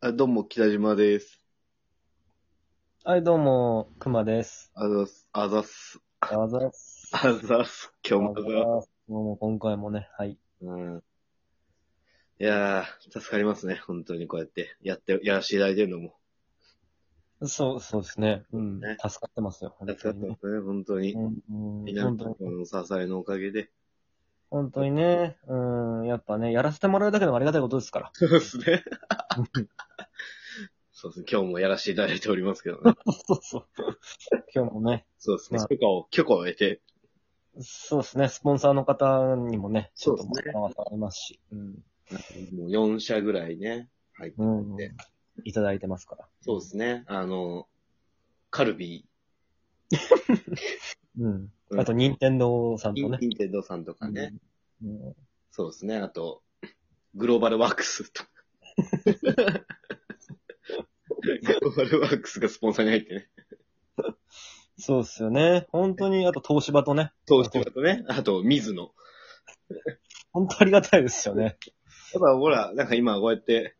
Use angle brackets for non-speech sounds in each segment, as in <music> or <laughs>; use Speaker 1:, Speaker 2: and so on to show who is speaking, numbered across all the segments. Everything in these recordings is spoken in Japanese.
Speaker 1: あどうも、北島です。
Speaker 2: はい、どうも、くまです。
Speaker 1: あざっす、あざっす、
Speaker 2: あざっす。
Speaker 1: あざっす、今日もあざっす。
Speaker 2: どうも、今回もね、はい。
Speaker 1: うん。いやー、助かりますね、本当にこうやって、やって、やらせていただいてるのも。
Speaker 2: そう、そうですね。うん。
Speaker 1: ね
Speaker 2: 助かってますよ。本
Speaker 1: 助か
Speaker 2: 当
Speaker 1: った
Speaker 2: に
Speaker 1: で
Speaker 2: ね。
Speaker 1: すね、本当に
Speaker 2: う。んうん
Speaker 1: みんな
Speaker 2: 本当
Speaker 1: の
Speaker 2: に、
Speaker 1: 支えのおかげで。
Speaker 2: 本当にね、うん、やっぱね、やらせてもらうだけでもありがたいことですから。
Speaker 1: そうですね。
Speaker 2: <laughs>
Speaker 1: そうですね、今日もやらせていただいておりますけどね。
Speaker 2: そうそう。今日もね、
Speaker 1: そうですね、
Speaker 2: まあ
Speaker 1: 許可を、許可を得て。
Speaker 2: そうですね、スポンサーの方にもね、ちょっと
Speaker 1: そうですね
Speaker 2: お話ありますし、うん。
Speaker 1: もう4社ぐらいね。はい。
Speaker 2: うん
Speaker 1: ね。
Speaker 2: いただいてますから。
Speaker 1: そうですね、あの、カルビ
Speaker 2: うん
Speaker 1: う。ん
Speaker 2: あと、任天堂さんと
Speaker 1: ー、
Speaker 2: ね。
Speaker 1: ニンテンドーさんとかね。
Speaker 2: うん
Speaker 1: そうですね。あと、グローバルワークスと。グローバルワークスがスポンサーに入ってね。
Speaker 2: そうですよね。本当に、あと、東芝とね。
Speaker 1: 投資とかとね。あと、水野。やっ
Speaker 2: 本当ありがたいですよね。
Speaker 1: ぱほら、なんか今こうやって、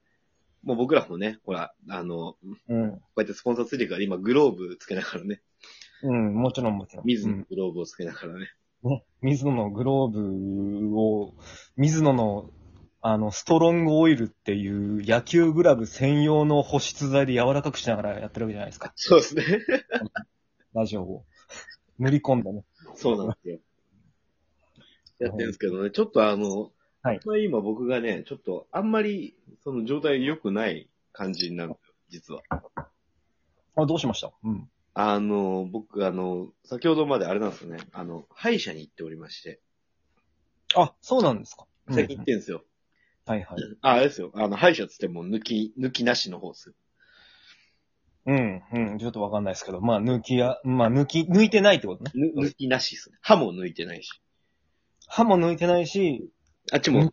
Speaker 1: もう僕らもね、ほら、あの、こ
Speaker 2: うん。
Speaker 1: うやってスポンサーついてるから今グローブつけながらね。
Speaker 2: うん、もちろんもちろん。
Speaker 1: 水
Speaker 2: う
Speaker 1: 野の
Speaker 2: ん
Speaker 1: グローブをつけながらね。
Speaker 2: ね、水野のグローブを、水野の、あの、ストロングオイルっていう野球グラブ専用の保湿剤で柔らかくしながらやってるわけじゃないですか。
Speaker 1: そうですね。
Speaker 2: ラジオを。塗り込んだね。
Speaker 1: そうなんですよ。やってるんですけどね、ちょっとあの、
Speaker 2: はい
Speaker 1: まあ今僕がね、ちょっとあんまり、その状態良くない感じになるんですよ、実は。
Speaker 2: あ、どうしましたうん。
Speaker 1: あの、僕、あの、先ほどまであれなんですよね。あの、歯医者に行っておりまして。
Speaker 2: あ、そうなんですか。うん
Speaker 1: 最近行ってんですよ。
Speaker 2: はいはい。
Speaker 1: あ、あれですよ。あの、歯医者っつっても抜き、抜きなしの方ですよ。
Speaker 2: うん、うん、ちょっとわかんないですけど、まあ、抜きや、まあ、抜き、抜いてないってことね。
Speaker 1: ぬ抜きなしっすね。歯も抜いてないし。
Speaker 2: 歯も抜いてないし、
Speaker 1: あっちも、抜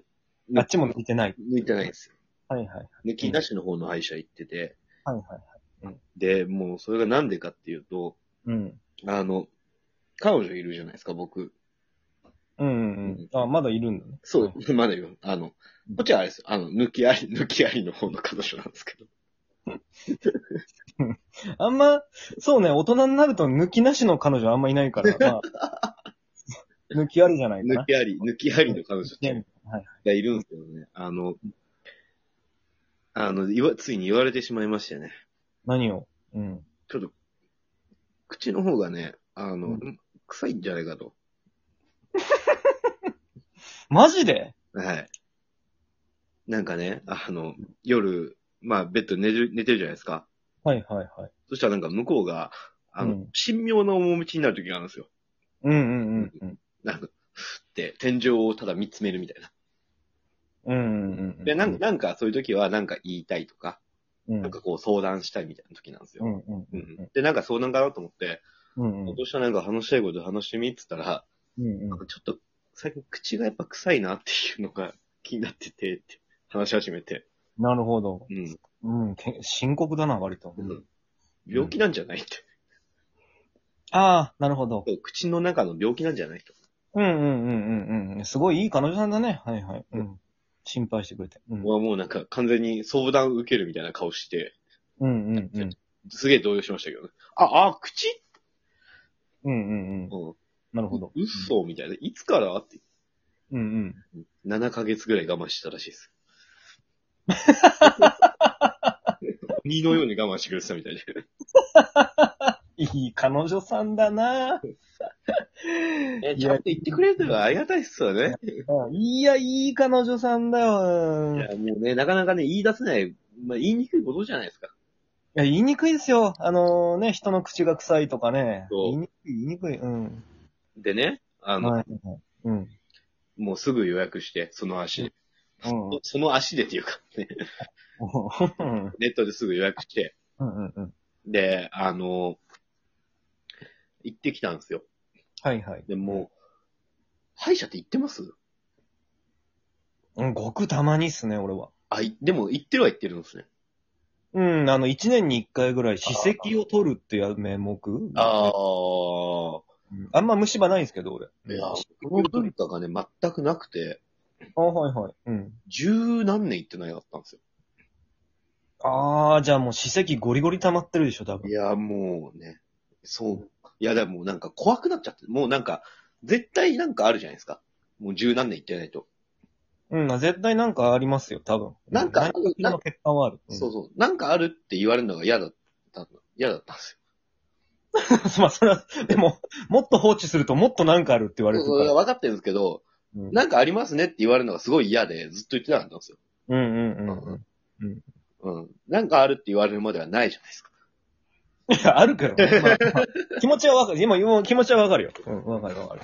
Speaker 2: あっちも抜いてない。
Speaker 1: 抜いてないんですよ。
Speaker 2: はいはい。
Speaker 1: 抜きなしの方の歯医者行ってて。
Speaker 2: はいはい。
Speaker 1: で、もうそれがなんでかっていうと、
Speaker 2: うん。
Speaker 1: あの、彼女いるじゃないですか、僕。
Speaker 2: うんうんうん。あ、まだいるんだね。
Speaker 1: そう、まだ言う。あの、こっちはあれですよ。あの、抜きあり、抜きありの方の彼女なんですけど。
Speaker 2: あんま、そうね、大人になると抜きなしの彼女あんまいない
Speaker 1: <laughs>
Speaker 2: から、まあ、抜きありじゃないか
Speaker 1: 抜
Speaker 2: な。
Speaker 1: きあり、抜きありの彼女って
Speaker 2: ねはい。
Speaker 1: がいるんですけどね。あの、あの、言わ、ついに言われてしまいましてね。
Speaker 2: 何をうん。
Speaker 1: ちょっと、口の方がね、あの、
Speaker 2: う
Speaker 1: 臭いんじゃないかと。
Speaker 2: マジで
Speaker 1: はい。なんかね、あの、夜、まあ、ベッドで寝る、寝てるじゃないですか。
Speaker 2: はいはいはい。
Speaker 1: そしたらなんか向こうが、あの、
Speaker 2: うん
Speaker 1: 神妙な面持ちになる時があるんですよ。
Speaker 2: うんうんうん
Speaker 1: なんか、ふって、天井をただ見つめるみたいな。
Speaker 2: うん。うんうんうんうん。
Speaker 1: で、なんなんかそういう時はなんか言いたいとか、
Speaker 2: うん、
Speaker 1: なんかこう相談したいみたいな時なんです
Speaker 2: う
Speaker 1: よ。
Speaker 2: んうん
Speaker 1: う
Speaker 2: うんん。
Speaker 1: で、なんか相談かなと思って、
Speaker 2: うんうん
Speaker 1: どうしたらなんか話したいこと話してみって言ったら、
Speaker 2: うん
Speaker 1: なんかちょっと最近口がやっぱ臭いなっていうのが気になってて、って話し始めて。
Speaker 2: なるほど。
Speaker 1: うん。
Speaker 2: うん、け深刻だな、割と。
Speaker 1: 病気なんじゃないって。
Speaker 2: ああ、なるほど。
Speaker 1: 口の中の病気なんじゃないと。
Speaker 2: うんうんうんうんうん。すごいいい彼女さんだね。はいはい。うん。心配してくれて。うん。
Speaker 1: 僕はもうなんか完全に相談受けるみたいな顔して、
Speaker 2: うんうんうん。
Speaker 1: すげえ動揺しましたけどね。あ、あ、口
Speaker 2: うんうんうん。
Speaker 1: うん。
Speaker 2: なるほど。
Speaker 1: 嘘みたいな。いつからって。
Speaker 2: うんうん。
Speaker 1: 7ヶ月ぐらい我慢してたらしい <laughs> です。鬼のように我慢してくれてたみたいで。
Speaker 2: いい彼女さんだなぁ。
Speaker 1: え、ちゃんと言ってくれるのがありがたいっすよね。
Speaker 2: いや、いい彼女さんだよ。
Speaker 1: い
Speaker 2: い
Speaker 1: や
Speaker 2: や、、
Speaker 1: もうね、なかなかね、言い出せない、まあ、言いにくいことじゃないですか。
Speaker 2: 言いにくいですよ。あのね、人の口が臭いとかね。
Speaker 1: そう
Speaker 2: 言いにくい、言いにくい。うん。
Speaker 1: でね、あの、
Speaker 2: はい。うん。
Speaker 1: もうすぐ予約して、その足で。
Speaker 2: うん。うん
Speaker 1: その足でっていうか、 <laughs> ね、
Speaker 2: うん
Speaker 1: ネットですぐ予約して、
Speaker 2: うんうん。
Speaker 1: で、あの、行ってきたんですよ。
Speaker 2: はいはい。
Speaker 1: でもう、歯医者って行ってます
Speaker 2: うん、ごくたまにっすね、俺は。
Speaker 1: あ、いでも行ってるは行ってるんですね。
Speaker 2: うん、あの、一年に一回ぐらい、歯石を取るっていう名目。
Speaker 1: あ
Speaker 2: うんあんま虫歯ないんですけど、俺。
Speaker 1: いや
Speaker 2: あ、
Speaker 1: 僕の文化がね、全くなくて、
Speaker 2: はいはい。うん。
Speaker 1: 十何年行ってないかったんですよ。
Speaker 2: あー、じゃあもう歯石ゴリゴリ溜まってるでしょ、多分
Speaker 1: い。や、もうね、そう。いや、でもなんか怖くなっちゃって、もうなんか、絶対なんかあるじゃないですか。もう十何年行ってないと。
Speaker 2: うん、絶対なんかありますよ、多分。
Speaker 1: なんかある
Speaker 2: 何の結果はある。
Speaker 1: そうそう。なんかあるって言われるのが嫌だった、嫌だったんです
Speaker 2: うん。まあ、それは、でも、もっと放置するともっとなんかあるって言わ
Speaker 1: よ。
Speaker 2: れる
Speaker 1: そう
Speaker 2: か
Speaker 1: そう
Speaker 2: ら。
Speaker 1: 分かってるんですけど、
Speaker 2: うん
Speaker 1: なんかありますねって言われるのがすごい嫌で、ずっと言ってなかったんですよ。
Speaker 2: うんうんうんうん。
Speaker 1: うん。なんかあるって言われるまではないじゃないですか。
Speaker 2: いや、あるけどね、まあ <laughs> まあ気持ちはわかる。今、今気持ちはわかるよ。うん、わかるわかる。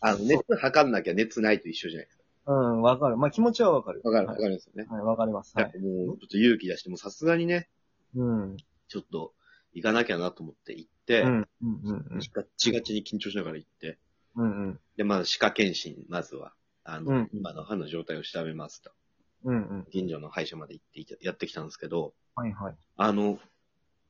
Speaker 1: あの、熱測んなきゃ熱ないと一緒じゃないですか。
Speaker 2: うん、うんわかる。まあ、気持ちはわかる。
Speaker 1: わかる、わ
Speaker 2: は
Speaker 1: かるんですよね。
Speaker 2: い、はいわかります。は
Speaker 1: なん
Speaker 2: い。
Speaker 1: かもう、ちょっと勇気出して、もうさすがにね、
Speaker 2: うん。
Speaker 1: ちょっと行かなきゃなと思って行って、
Speaker 2: うん、うん、うん
Speaker 1: ガッチガチに緊張しながら行って、
Speaker 2: うん、
Speaker 1: で、まあ、歯科検診、まずは、あの、
Speaker 2: うん
Speaker 1: 今の歯の状態を調べますと、
Speaker 2: うん、うん。
Speaker 1: 近所の歯医者まで行っていた、やってきたんですけど、
Speaker 2: はい、はい。
Speaker 1: あの、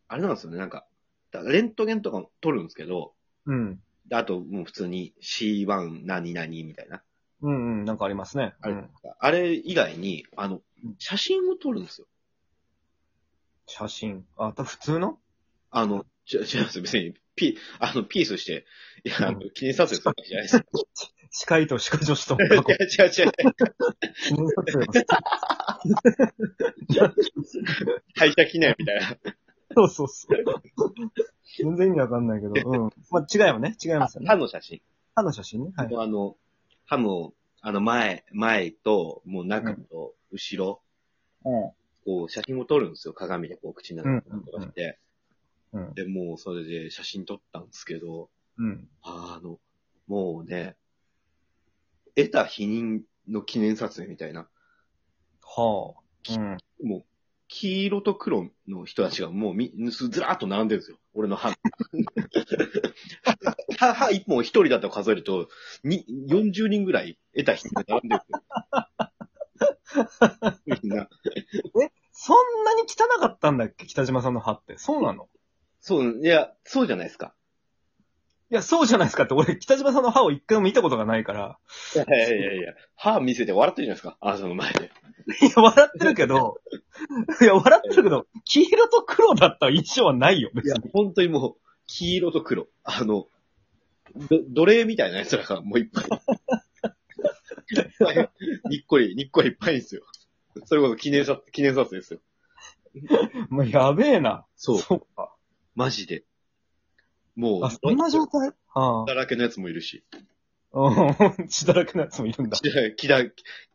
Speaker 1: あれなんですよね、なんか、だレントゲンとかも撮るんですけど、
Speaker 2: うん。
Speaker 1: であと、もう普通に C1 何々みたいな。
Speaker 2: うん、うん、なんかありますね。
Speaker 1: あ
Speaker 2: う
Speaker 1: れ,、
Speaker 2: ん。
Speaker 1: あれ以外に、あの
Speaker 2: うん、
Speaker 1: 写真を撮るんですよ。
Speaker 2: 写真。あ、た普通の <laughs>
Speaker 1: あの、ち違います、別に、ピ、あの、ピースして、いや、あの、記念撮影するわけじゃないです。
Speaker 2: 歯科医と歯科助手と過去 <laughs>
Speaker 1: いや、違う <laughs> 違う。
Speaker 2: 記念撮
Speaker 1: <laughs>
Speaker 2: 影をして
Speaker 1: 歯医者記念みたいな。
Speaker 2: <laughs> そうそうそう。全然意味わかんないけど。うん。まあ、違いもね。違いますよね
Speaker 1: 歯。の写真。
Speaker 2: 歯の写真ね。はい。
Speaker 1: もうあの、ハムを、あの、前、前と、もう中と、後ろ、こう、写真を撮るんですよ。鏡でこう、口の中とかして。
Speaker 2: うんうんうん
Speaker 1: で、もう、それで写真撮ったんですけど、
Speaker 2: うん。
Speaker 1: あの、もうね、得た否認の記念撮影みたいな。
Speaker 2: はあ。うん。
Speaker 1: もう、黄色と黒の人たちがもうみ、ずずらーっと並んでるんですよ。俺の <laughs> 歯。歯、歯一本一人だと数えると、に、40人ぐらい得た人が並んでるんですよ。みんな。
Speaker 2: そんなに汚かったんだっけ北島さんの歯って。そうなの
Speaker 1: そう、いや、そうじゃないですか。
Speaker 2: いや、そうじゃないですかって。俺、北島さんの歯を一回も見たことがないから。 <laughs>
Speaker 1: いやいやいやいや、歯見せて笑ってるじゃないですか。あ、その前で。
Speaker 2: いや、笑ってるけど、いや、笑ってるけど、黄色と黒だった印象はないよ、
Speaker 1: い
Speaker 2: 別
Speaker 1: や
Speaker 2: に。、
Speaker 1: 本当にもう、黄色と黒。あの、ど、奴隷みたいな奴らがもういっぱい。いっぱ
Speaker 2: <laughs>
Speaker 1: いにっこり、にっこりいっぱいですよ。それこそ記念撮、記念撮影ですよ。
Speaker 2: もうやべえな。
Speaker 1: そう
Speaker 2: そうか。
Speaker 1: マジで。もう、
Speaker 2: あ、そんな状態ああ
Speaker 1: だらけのやつもいるし、 <laughs>
Speaker 2: うん。 <laughs> 血だらけのやつもいるんだ。
Speaker 1: きだ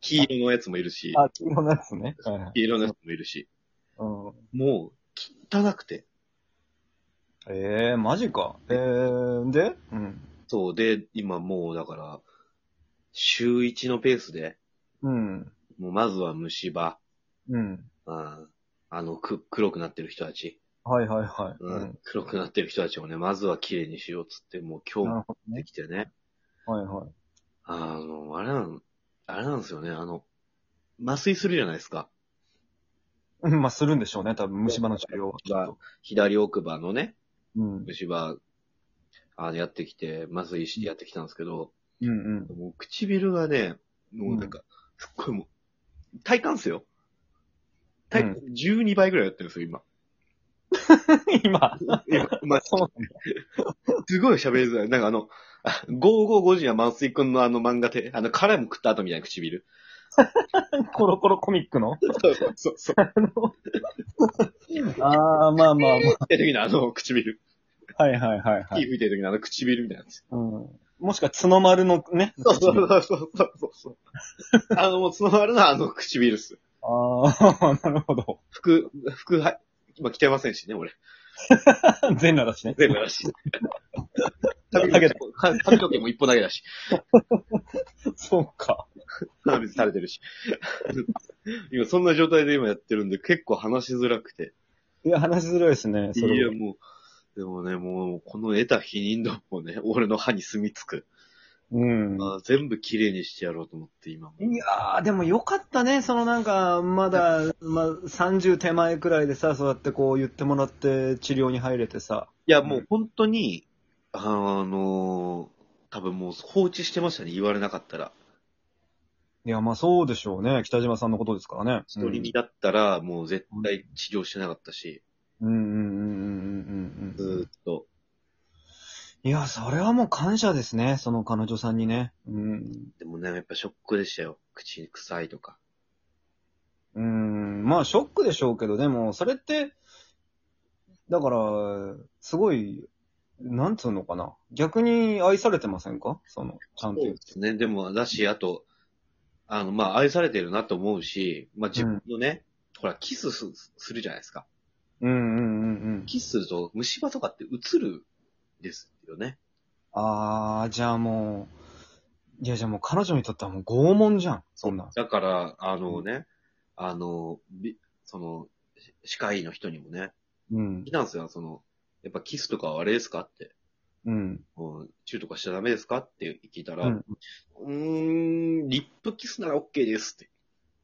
Speaker 1: 黄色のやつもいるし、
Speaker 2: あ、黄色のやつね。はいはい。
Speaker 1: 黄色のやつもいるし、
Speaker 2: うん。
Speaker 1: もう、汚くて。
Speaker 2: ええマジか。ええでうん。
Speaker 1: そう、で、今もう、だから、週1のペースで、
Speaker 2: うん。
Speaker 1: もうまずは虫歯、
Speaker 2: うん。
Speaker 1: あーあの、く、黒くなってる人たち。
Speaker 2: はいはいはい。
Speaker 1: うん。黒くなってる人たちをね、まずは綺麗にしようっつって、もう今日
Speaker 2: な
Speaker 1: 持
Speaker 2: るほど
Speaker 1: って
Speaker 2: ね。
Speaker 1: きてね。
Speaker 2: はいはい。
Speaker 1: あの、あれなん、あれなんですよね、あの、麻酔するじゃないですか。
Speaker 2: うん、まあ、するんでしょうね。多分、虫歯の治療は。きっと
Speaker 1: 左奥歯のね、
Speaker 2: うん。
Speaker 1: 虫歯、あの、やってきて、麻酔してやってきたんですけど、
Speaker 2: うんうん。
Speaker 1: もう唇がね、もうなんか、すっごいもう、体感っすよ。体感、12倍ぐらいやってるんですよ、今。
Speaker 2: 今、
Speaker 1: 今、まあ、
Speaker 2: そうなんだ。
Speaker 1: <laughs> すごい喋りづらい。なんかあの、あ555時は麻酔くんのあの漫画で、あの、辛いもん食った後みたいな唇。
Speaker 2: コロコロコミックの
Speaker 1: そうそうそうそう。っ
Speaker 2: ああ、まあまあま
Speaker 1: て時のあの唇。
Speaker 2: あ。はいはいはいは
Speaker 1: 火
Speaker 2: い。
Speaker 1: 吹いてる時のあの唇みたいなやつ。
Speaker 2: うん。もしくは、角丸のね。
Speaker 1: そうそうそうそうそうそう。あの、もう、そのあるのはあの唇っす。
Speaker 2: ああ、なるほど。
Speaker 1: 服、服は、今着てませんしね、俺。
Speaker 2: 全裸だしね。
Speaker 1: 全部だ
Speaker 2: <laughs>
Speaker 1: し。髪
Speaker 2: だけど
Speaker 1: 髪髪の毛も一本だけだ
Speaker 2: <laughs>
Speaker 1: し。
Speaker 2: そうか。
Speaker 1: 鼻水垂れてるし。 <laughs> 今、そんな状態で今やってるんで、結構話しづらくて。
Speaker 2: いや、話しづらいですね。
Speaker 1: い
Speaker 2: それ
Speaker 1: や、
Speaker 2: は。
Speaker 1: もう、でもね、もう、この得た否認度もね、俺の歯に住み着く。
Speaker 2: うん。
Speaker 1: まあ、全部綺麗にしてやろうと思って、今も。
Speaker 2: いやー、でもよかったね。そのなんか、まだ、まあ、30手前くらいでさ、そうやってこう言ってもらって治療に入れてさ。
Speaker 1: いや、もう本当に、あのー多分もう放置してましたね、言われなかったら。
Speaker 2: いや、まあそうでしょうね。北島さんのことですからね。
Speaker 1: 一人身だったら、もう絶対治療してなかったし、
Speaker 2: うんうんうんうんうん
Speaker 1: ず
Speaker 2: うんうん。
Speaker 1: ーっと。
Speaker 2: いや、それはもう感謝ですね。その彼女さんにね。うん。
Speaker 1: でもね、やっぱショックでしたよ。口臭いとか。
Speaker 2: うん。まあショックでしょうけど、でも、それって、だから、すごい、なんつうのかな。逆に愛されてませんかその、ちゃんと。
Speaker 1: そうですね。でも、だし、あと、あの、まあ、愛されてるなと思うし、まあ、自分のね、ほら、キスすするじゃないですか。
Speaker 2: うんうんうんうん。
Speaker 1: キスすると、虫歯とかって映るんですよね。
Speaker 2: あー、じゃあもう、いやじゃあもう彼女にとってはもう拷問じゃん。そんな。
Speaker 1: だから、あのね、あの、びその、し歯科医の人にもね、
Speaker 2: うん
Speaker 1: 聞い。たんですよ、その、やっぱキスとかはあれですかって、
Speaker 2: うん。
Speaker 1: うん、チューとかしちゃダメですかって聞いたら、
Speaker 2: う
Speaker 1: うんーん、リップキスなら OK ですって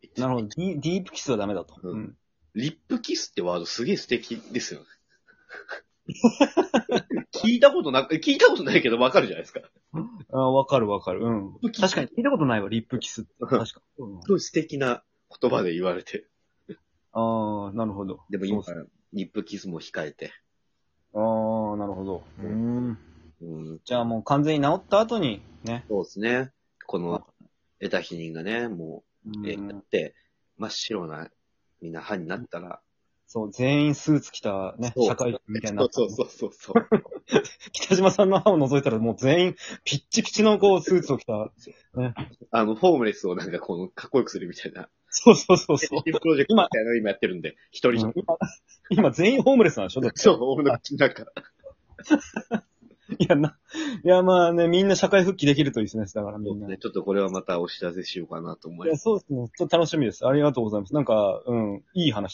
Speaker 1: 言って。
Speaker 2: なるほど。ディディープキスはダメだと。
Speaker 1: うんリップキスってワードすげえ素敵ですよね。 <laughs> 聞いたことなく、聞いたことないけどわかるじゃないですか。
Speaker 2: あわかるわかる。うん。
Speaker 1: 確
Speaker 2: 確かに聞いたことないわ、リップキスって。確か。うん
Speaker 1: すごい素敵な言葉で言われて。
Speaker 2: ああ、なるほど。
Speaker 1: でも今
Speaker 2: そ
Speaker 1: か
Speaker 2: う
Speaker 1: らリップキスも控えて。
Speaker 2: そうああ、なるほど。う。
Speaker 1: うんうん、
Speaker 2: じゃあもう完全に治った後に、ね。
Speaker 1: そうですね。この、得た否認がね、も
Speaker 2: う
Speaker 1: う、
Speaker 2: ん
Speaker 1: えーだって、真っ白な、みんな歯になったら。
Speaker 2: そう、全員スーツ着たね、
Speaker 1: そう
Speaker 2: 社会人みたいにな
Speaker 1: そ
Speaker 2: っ
Speaker 1: う
Speaker 2: て
Speaker 1: そうそうそうそう。
Speaker 2: 北島さんの歯を覗いたらもう全員ピッチピチのこうスーツを着た。
Speaker 1: あの、ホームレスをなんかこの、かっこよくするみたいな。
Speaker 2: そうそうそうそう。
Speaker 1: プロジェクトみたいなの今やってるんで、一人
Speaker 2: 今
Speaker 1: の。、
Speaker 2: 今全員ホームレスなんでしょだって
Speaker 1: そう、俺の口の中。
Speaker 2: <laughs> いや、な、いや、まあね、みんな社会復帰できるといいですね、だからみんな。
Speaker 1: ね、ちょっとこれはまたお知らせしようかなと思います
Speaker 2: いや、そうですね。ちょっと楽しみです。ありがとうございます。なんか、うん、いい話。